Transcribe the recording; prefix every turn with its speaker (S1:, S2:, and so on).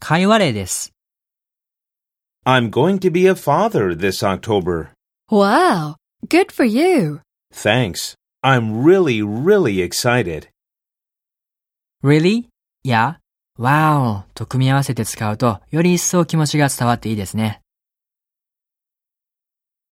S1: 会話例です。
S2: I'm going to be a father this October.
S3: Wow, good for you.
S2: Thanks. I'm really, really excited.
S1: really? や wow と組み合わせて使うとより一層気持ちが伝わっていいですね。